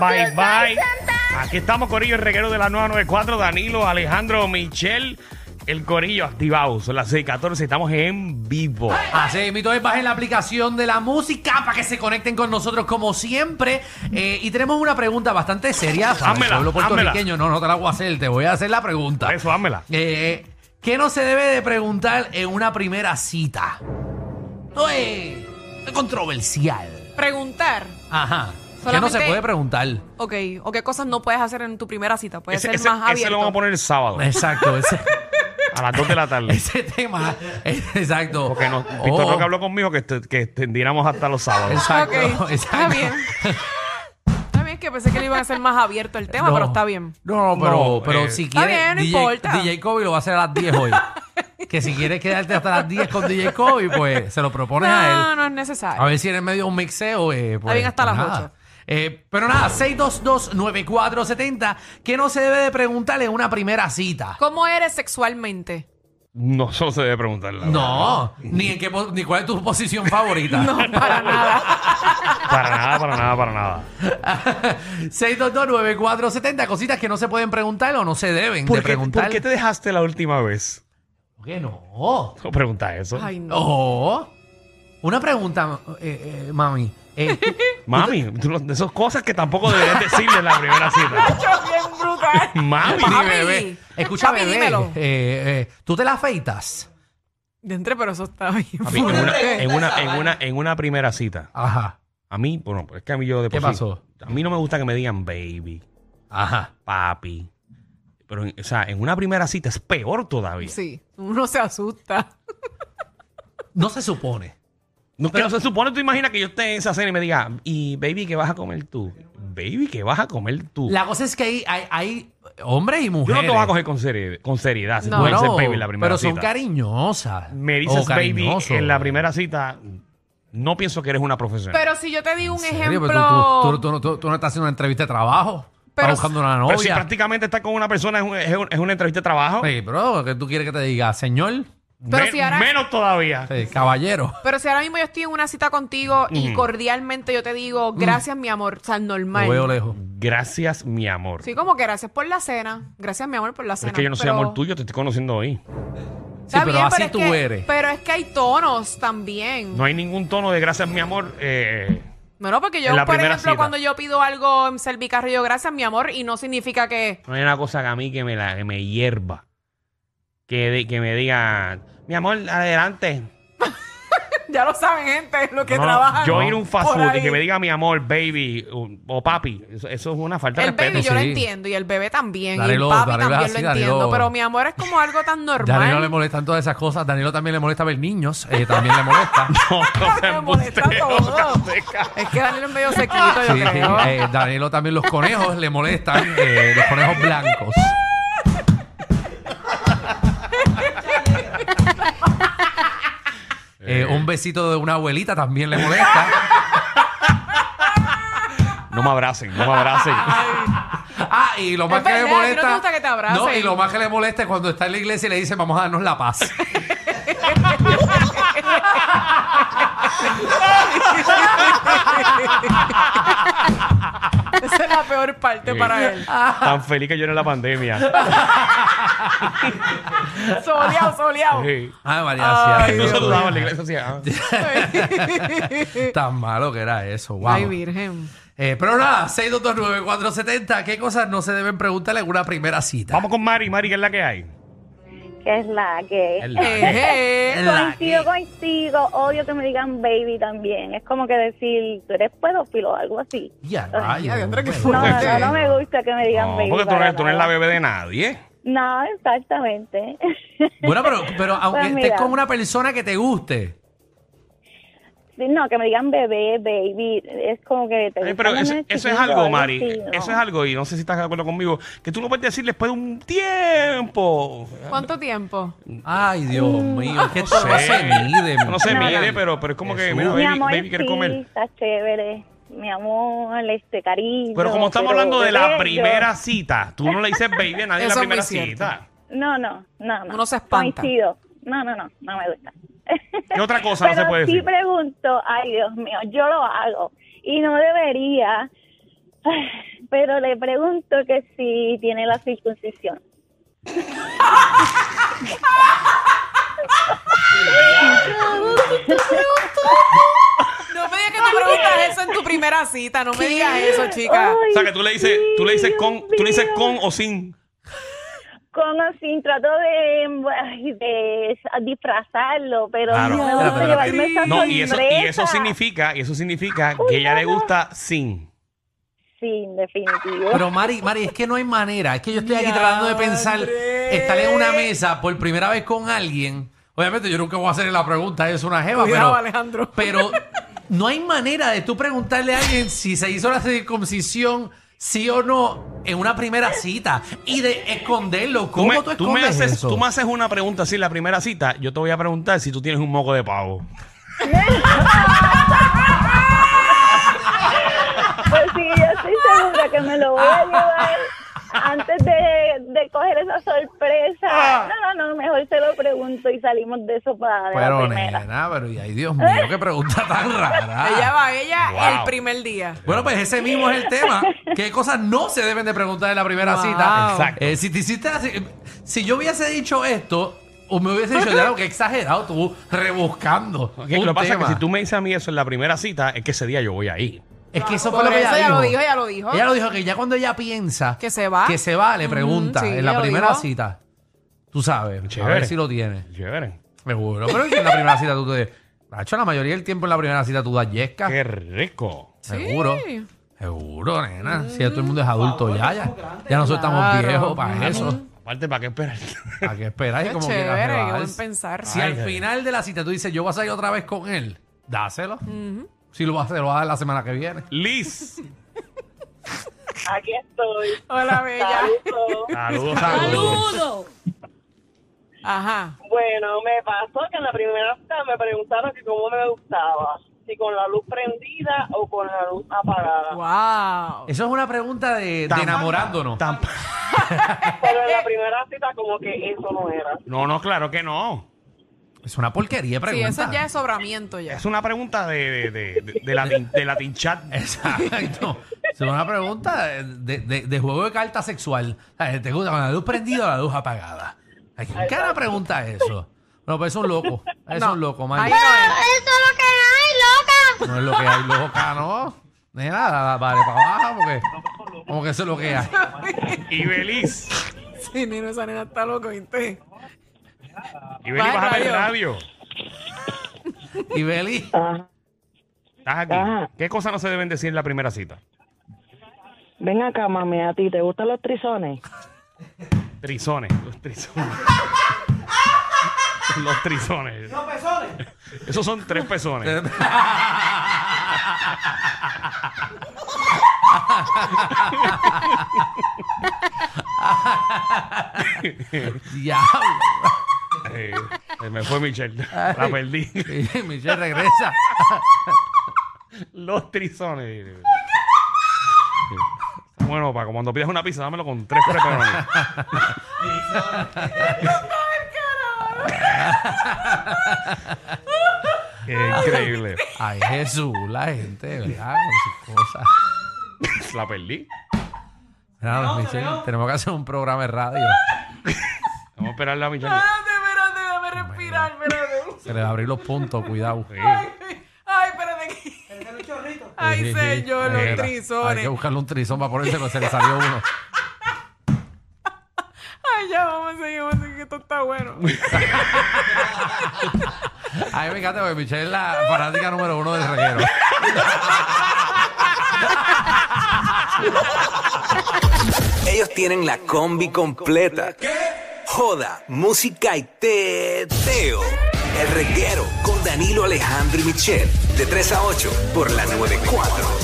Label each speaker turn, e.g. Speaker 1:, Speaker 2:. Speaker 1: bye, bye. Aquí estamos, Corillo, el reguero de la 994, Danilo, Alejandro, Michelle. El Corillo activado, son las 6:14, estamos en vivo.
Speaker 2: Así mi es, bajen la aplicación de la música para que se conecten con nosotros como siempre. Eh, y tenemos una pregunta bastante seria para
Speaker 1: Házmela,
Speaker 2: el pueblo
Speaker 1: házmela.
Speaker 2: puertorriqueño. No, no te la voy a hacer, te voy a hacer la pregunta.
Speaker 1: Eso, házmela.
Speaker 2: Eh, ¿Qué no se debe de preguntar en una primera cita? Ué, controversial.
Speaker 3: Preguntar.
Speaker 2: Ajá. ¿Qué no
Speaker 3: Solamente-
Speaker 2: se puede preguntar?
Speaker 3: Ok, o qué cosas no puedes hacer en tu primera cita. Puede
Speaker 1: Ese,
Speaker 3: ser
Speaker 1: ese-
Speaker 3: más abierto.
Speaker 1: ese lo vamos a poner el sábado,
Speaker 2: Exacto, ese,
Speaker 1: a las 2 de la tarde.
Speaker 2: ese tema. Exacto.
Speaker 1: Porque nos,
Speaker 2: Oh,
Speaker 1: Víctor Roque habló conmigo que, est- que extendiéramos hasta los sábados.
Speaker 2: Exacto,
Speaker 3: Ok, está
Speaker 2: exacto.
Speaker 3: bien. Está bien, es que pensé que le iban a hacer más abierto el tema,
Speaker 2: No.
Speaker 3: pero está bien.
Speaker 2: No, no, pero,
Speaker 1: No,
Speaker 2: pero
Speaker 1: eh,
Speaker 2: si
Speaker 3: Está
Speaker 2: quieres.
Speaker 3: bien, no
Speaker 2: DJ,
Speaker 3: importa.
Speaker 2: DJ Kobe lo va a hacer a las 10 hoy. que si quieres quedarte hasta las 10 con DJ Kobe, pues se lo propones a
Speaker 3: No,
Speaker 2: él.
Speaker 3: no es necesario.
Speaker 2: A ver si en el medio de un mixeo. Eh, pues,
Speaker 3: bien hasta
Speaker 2: pues
Speaker 3: las
Speaker 2: nada.
Speaker 3: 8.
Speaker 2: Eh, pero nada, 622-9470. ¿Qué no se debe de preguntarle en una primera cita?
Speaker 3: ¿Cómo eres sexualmente?
Speaker 1: No, solo se debe preguntar. la verdad.
Speaker 2: No, ni, en qué, po- ni cuál es tu posición favorita.
Speaker 3: No, para nada.
Speaker 1: Para nada, para nada, para nada.
Speaker 2: 622-9470. Cositas que no se pueden preguntar o no se deben de
Speaker 1: ¿Por qué,
Speaker 2: preguntar.
Speaker 1: por qué te dejaste la última vez?
Speaker 2: ¿Por qué no?
Speaker 1: No pregunta eso.
Speaker 3: Ay, no.
Speaker 2: Oh, una pregunta, eh, eh, mami. Eh, ¿tú-
Speaker 1: Mami, tú no- esas cosas que tampoco deberías decirle en la primera cita.
Speaker 3: bien brutal.
Speaker 1: Mami,
Speaker 2: Di,
Speaker 3: Papi.
Speaker 2: bebé. Escucha,
Speaker 3: Papi,
Speaker 2: bebé,
Speaker 3: dímelo.
Speaker 2: eh, eh, ¿Tú te la afeitas?
Speaker 3: De entre, pero eso está bien.
Speaker 1: Papi, en, una,
Speaker 3: fuerte.
Speaker 1: en, una, en, una, en una primera cita,
Speaker 2: Ajá.
Speaker 1: a mí, bueno, es que a mí yo de
Speaker 2: ¿Qué
Speaker 1: por sí-
Speaker 2: pasó?
Speaker 1: a mí no me gusta que me digan baby,
Speaker 2: Ajá.
Speaker 1: papi. Pero, en- o sea, en una primera cita es peor todavía.
Speaker 3: Sí, uno se asusta.
Speaker 2: No se supone.
Speaker 1: No, que no se supone, tú imaginas que yo esté en esa cena y me diga, y baby, ¿qué vas a comer tú? Baby, ¿qué vas a comer tú?
Speaker 2: La cosa es que hay, hay, hay hombres y
Speaker 1: yo
Speaker 2: mujeres.
Speaker 1: no te voy a coger con, seri- con seriedad si
Speaker 3: No.
Speaker 1: tú me
Speaker 2: Bueno,
Speaker 1: dices baby en la primera
Speaker 2: pero
Speaker 1: cita.
Speaker 2: son cariñosas. Oh,
Speaker 1: me
Speaker 2: O
Speaker 1: dices baby
Speaker 2: cariñosos.
Speaker 1: en la primera cita, no pienso que eres una profesional.
Speaker 3: Pero si yo te digo un
Speaker 2: ¿En serio?
Speaker 3: ejemplo.
Speaker 2: Pero tú, tú- tú- tú no- tú- tú no estás haciendo una entrevista de trabajo.
Speaker 3: Pero-
Speaker 2: estás buscando una novia.
Speaker 1: Pero si prácticamente estás con una persona, es, un- es un- es una entrevista de trabajo.
Speaker 2: Sí, bro, ¿qué tú quieres que te diga? Señor,
Speaker 3: Pero
Speaker 1: Me-
Speaker 3: si ahora-
Speaker 1: Menos todavía.
Speaker 2: eh, caballero.
Speaker 3: Pero si ahora mismo yo estoy en una cita contigo y cordialmente yo te digo, gracias, mi amor, o sea, normal.
Speaker 2: Lo veo lejos.
Speaker 1: Gracias, mi amor.
Speaker 3: Sí, como que gracias por la cena. Gracias, mi amor, por la
Speaker 1: Pero
Speaker 3: cena.
Speaker 1: es que yo no soy
Speaker 3: Pero-
Speaker 1: amor tuyo, te estoy conociendo hoy.
Speaker 2: Sí,
Speaker 3: Está
Speaker 2: pero
Speaker 3: bien,
Speaker 2: así
Speaker 3: es
Speaker 2: tú
Speaker 3: que-
Speaker 2: eres.
Speaker 3: Pero es que hay tonos también.
Speaker 1: No hay ningún tono de gracias, mi amor. eh,
Speaker 3: Bueno, porque yo,
Speaker 1: En la
Speaker 3: por
Speaker 1: primera
Speaker 3: ejemplo,
Speaker 1: cita.
Speaker 3: cuando yo pido algo en Servicarro, yo gracias, mi amor, y no significa que.
Speaker 1: no hay una cosa que a mí que me, la, que me hierva. Que, de- que me diga, mi amor, adelante.
Speaker 3: ya lo saben, gente, lo que
Speaker 1: No,
Speaker 3: trabajan.
Speaker 1: yo ir a un fast
Speaker 3: por
Speaker 1: food y
Speaker 3: ahí.
Speaker 1: que me diga mi amor, baby o, o papi. Eso, eso es una falta de
Speaker 3: El
Speaker 1: respeto.
Speaker 3: baby yo lo
Speaker 2: sí.
Speaker 3: entiendo, y el bebé también, y
Speaker 2: Danilo,
Speaker 3: el papi
Speaker 2: Danilo es
Speaker 3: también
Speaker 2: así,
Speaker 3: lo entiendo,
Speaker 2: Danilo.
Speaker 3: pero mi amor es como algo tan normal.
Speaker 2: Danilo le molestan todas esas cosas. Danilo también le molesta ver niños. eh, también le molesta.
Speaker 1: No, no seas
Speaker 3: Me molesta
Speaker 1: embustero,
Speaker 3: todo.
Speaker 1: Caseca.
Speaker 3: es que Danilo es medio sequito, yo
Speaker 2: Sí,
Speaker 3: creo.
Speaker 2: eh, Danilo también los conejos le molestan, eh, los conejos blancos. Eh, un besito de una abuelita también le molesta.
Speaker 1: No me abracen, no me abracen.
Speaker 2: Ah, y lo más
Speaker 3: Es
Speaker 2: que le
Speaker 3: verdad, a ti no te
Speaker 2: molesta.
Speaker 3: gusta que te abracen.
Speaker 2: No, y lo más que le molesta es cuando está en la iglesia y le dicen, vamos a darnos la paz.
Speaker 3: Esa es la peor parte
Speaker 1: Sí.
Speaker 3: para él. Ah,
Speaker 1: Tan feliz que yo era en la pandemia.
Speaker 3: Soleado, soleado.
Speaker 1: Sí.
Speaker 2: Ay, Ah, María,
Speaker 3: Ay,
Speaker 2: sí,
Speaker 1: No
Speaker 3: Dios mío.
Speaker 1: saludaba en la iglesia. hacía, ah.
Speaker 2: Tan malo que era eso. Wow.
Speaker 3: Ay, virgen.
Speaker 2: Eh, pero nada, 6229470. ¿Qué cosas no se deben preguntar en una primera cita?
Speaker 1: Vamos con Mari, Mari, ¿qué es la que hay?
Speaker 4: que es la que
Speaker 1: Es la que-
Speaker 3: Eh, eh.
Speaker 4: coincido contigo odio que me digan baby también es como que decir tú eres pedófilo o algo así
Speaker 2: Ya,
Speaker 3: Ay,
Speaker 2: rayos,
Speaker 3: Diandra, qué
Speaker 2: bueno.
Speaker 4: no
Speaker 3: ¿Por
Speaker 4: no,
Speaker 3: qué?
Speaker 4: no, no me gusta que me digan
Speaker 1: No,
Speaker 4: baby
Speaker 1: porque tú no,
Speaker 4: para
Speaker 1: eres, tú no eres la
Speaker 4: nada.
Speaker 1: bebé de nadie.
Speaker 4: no exactamente
Speaker 2: Bueno, pero, pero aunque
Speaker 4: Pues
Speaker 2: estés
Speaker 4: mira.
Speaker 2: con una persona que te guste.
Speaker 4: Sí, no que me digan bebé baby es como que te
Speaker 1: Eh, pero
Speaker 4: gustan los
Speaker 1: eso,
Speaker 4: nenes
Speaker 1: eso es
Speaker 4: chiquitos,
Speaker 1: algo, Mari.
Speaker 4: así, ¿no?
Speaker 1: Eso es algo, y no sé si estás de acuerdo conmigo, que tú no puedes decir después de un tiempo.
Speaker 3: ¿Cuánto tiempo?
Speaker 2: Ay, Dios
Speaker 4: Mm.
Speaker 2: mío, es que esto no
Speaker 1: sé.
Speaker 2: se mide.
Speaker 1: No se
Speaker 4: No, no.
Speaker 1: mide, pero, pero es como que,
Speaker 2: Jesús.
Speaker 1: mira,
Speaker 4: mi
Speaker 1: baby,
Speaker 4: amor
Speaker 1: baby quiere
Speaker 4: sí,
Speaker 1: comer.
Speaker 4: está chévere mi amor este cariño
Speaker 1: Pero como estamos
Speaker 4: pero
Speaker 1: hablando de
Speaker 4: bebé,
Speaker 1: la
Speaker 4: yo-
Speaker 1: primera cita, tú no le dices baby a nadie en
Speaker 3: Eso
Speaker 1: la
Speaker 3: es
Speaker 1: primera
Speaker 3: muy cierto.
Speaker 1: cita.
Speaker 4: no no no no
Speaker 3: Uno se espanta.
Speaker 4: coincido no no no no me gusta
Speaker 1: ¿Qué otra cosa no
Speaker 4: Pero
Speaker 1: se puede
Speaker 4: sí
Speaker 1: decir?
Speaker 4: pregunto, ay Dios mío, yo lo hago y no debería, pero le pregunto que si tiene la circuncisión.
Speaker 3: No me digas que te preguntas eso en tu primera cita. No me digas eso, chica.
Speaker 1: O sea, que tú le dices, tú le dices con, tú le dices con o sin.
Speaker 4: Con o sin trato de, ay, de disfrazarlo, pero
Speaker 1: Claro.
Speaker 4: no me
Speaker 2: Espera,
Speaker 4: gusta
Speaker 2: espera,
Speaker 4: llevarme esa
Speaker 1: No, y eso, y eso
Speaker 4: sorpresa.
Speaker 1: significa, y eso significa que ella le gusta sin.
Speaker 4: Sí, definitivo.
Speaker 2: Pero Mari, Mari, es que no hay manera. Es que yo estoy aquí
Speaker 3: Diandre.
Speaker 2: tratando de pensar, estar en una mesa por primera vez con alguien. Obviamente yo nunca voy a hacerle la pregunta, es una jeva,
Speaker 3: Cuidado,
Speaker 2: pero,
Speaker 3: Alejandro.
Speaker 2: pero no hay manera de tú preguntarle a alguien si se hizo la circuncisión, sí o no, en una primera cita y de esconderlo. ¿Cómo tú, escondes
Speaker 1: me haces,
Speaker 2: eso?
Speaker 1: tú me haces una pregunta así en la primera cita, yo te voy a preguntar si tú tienes un moco de pavo.
Speaker 4: Pues sí, yo estoy segura que me lo voy a llevar antes de, de coger esa sorpresa. No, no, no, mejor se lo pregunto y salimos de eso para de la
Speaker 2: Pero
Speaker 4: primera.
Speaker 2: nena, pero y ay Dios mío, qué pregunta tan rara.
Speaker 3: Ella va a ella
Speaker 1: Wow.
Speaker 3: el primer día.
Speaker 2: Bueno, pues ese mismo es el tema. ¿Qué cosas no se deben de preguntar en la primera
Speaker 3: Wow.
Speaker 2: cita?
Speaker 1: Exacto.
Speaker 2: Eh, si te hiciste así- si yo hubiese dicho esto, o me hubiese dicho, claro, que exagerado tú rebuscando.
Speaker 1: Ok, lo
Speaker 2: un
Speaker 1: que pasa es
Speaker 2: tema".
Speaker 1: que si tú me dices a mí eso en la primera cita, es que ese día yo voy ahí.
Speaker 2: Es que eso
Speaker 3: Por
Speaker 2: fue lo que
Speaker 3: eso
Speaker 2: ella,
Speaker 3: ella
Speaker 2: dijo.
Speaker 3: lo dijo, ella lo dijo.
Speaker 2: Ella lo dijo que ya cuando ella piensa
Speaker 3: Que se va.
Speaker 2: que se va, le pregunta
Speaker 3: sí,
Speaker 2: en
Speaker 3: ella
Speaker 2: la
Speaker 3: lo
Speaker 2: primera
Speaker 3: dijo.
Speaker 2: cita. Tú sabes, a ver
Speaker 1: Chévere.
Speaker 2: si lo tienes.
Speaker 1: Chévere.
Speaker 2: Seguro. Pero es que en la primera cita tú te. Nacho, la mayoría del tiempo en la primera cita tú das yesca.
Speaker 1: Qué rico.
Speaker 2: Seguro. Seguro, nena. Si ya todo el mundo es adulto ya, ya. Ya nosotros estamos
Speaker 3: Claro.
Speaker 2: viejos para eso.
Speaker 1: Aparte, ¿para qué esperar?
Speaker 2: ¿A qué esperáis?
Speaker 3: Qué
Speaker 2: Como que
Speaker 3: chévere,
Speaker 2: la Ah.
Speaker 3: qué
Speaker 2: rebajás.
Speaker 3: buen pensar.
Speaker 2: Si
Speaker 1: Ay,
Speaker 2: al
Speaker 1: ay.
Speaker 2: final de la cita tú dices, yo voy a salir otra vez con él, dáselo. Si lo vas a hacer, lo vas a dar la semana que viene.
Speaker 1: Liz.
Speaker 4: Aquí estoy.
Speaker 3: Hola, bella.
Speaker 4: Saludos.
Speaker 1: Saludos, saludos.
Speaker 3: Ajá.
Speaker 4: Bueno, me pasó que en la primera cita me preguntaron que cómo me gustaba, si con la luz prendida o con la luz apagada.
Speaker 3: Wow.
Speaker 2: Eso es una pregunta de, de
Speaker 1: Tampa-
Speaker 2: enamorándonos.
Speaker 1: Tampa-
Speaker 4: Pero en la primera cita como que eso no era.
Speaker 1: No, no, claro que no.
Speaker 2: Es una porquería de
Speaker 3: Sí,
Speaker 2: pregunta.
Speaker 3: eso ya es sobramiento ya.
Speaker 1: Es una pregunta de, de, de, de, de Latin, de Latin Chat.
Speaker 2: Exacto. Es una pregunta de, de- de juego de carta sexual. Ay, ¿Te gusta con la luz prendida o la luz apagada? Ay, ¿Quién cara pregunta eso? No, pues es un loco. Es
Speaker 3: No.
Speaker 2: un loco,
Speaker 3: Ahí
Speaker 2: man.
Speaker 3: no es.
Speaker 5: Eso es lo que hay, loca.
Speaker 2: No es lo que hay, loca, ¿no? Ni nada, vale, para abajo, porque como que eso es lo que hay.
Speaker 1: Y Belis.
Speaker 3: Sí, nena, esa nena está loco, ¿viste?
Speaker 1: Y Belis,
Speaker 3: Baja el
Speaker 1: bájame el
Speaker 3: radio.
Speaker 1: radio.
Speaker 2: Y Beli,
Speaker 1: Estás aquí. ¿Qué cosas no se deben decir en la primera cita?
Speaker 6: Ven acá, mami, ¿a ti te gustan los trizones?
Speaker 1: Trizones. Los trizones. Los trizones. Los pezones. Esos son tres pezones.
Speaker 2: ya.
Speaker 1: Eh, se me fue Michelle. La perdí.
Speaker 2: Michelle regresa.
Speaker 1: Los trizones. Bueno, para cuando pidas una pizza, dámelo con tres peperones. Qué increíble.
Speaker 2: Ay, Jesús, la gente, ¿verdad? Con sus cosas.
Speaker 1: La perdí.
Speaker 2: Mira, Michelle, tenemos que hacer un programa de radio.
Speaker 1: Vamos a esperarla a Michelle.
Speaker 3: Espérate, espérate, déjame respirar, espérate.
Speaker 2: Se le va a abrir los puntos, cuidado.
Speaker 3: Ay, espérate. Que... Ay, señor, los
Speaker 2: Mira, Hay que
Speaker 3: trizones.
Speaker 2: buscarle un trizón para ponérselo, se le salió uno.
Speaker 3: Ay, ya, vamos a seguir, vamos a seguir, que esto está bueno.
Speaker 2: A mí me encanta porque Michelle es la fanática número uno del reguero.
Speaker 7: Ellos tienen la combi completa. Joda, música y teo. El reguero con Danilo Alejandro y Michel. De 3 a 8 por la 94.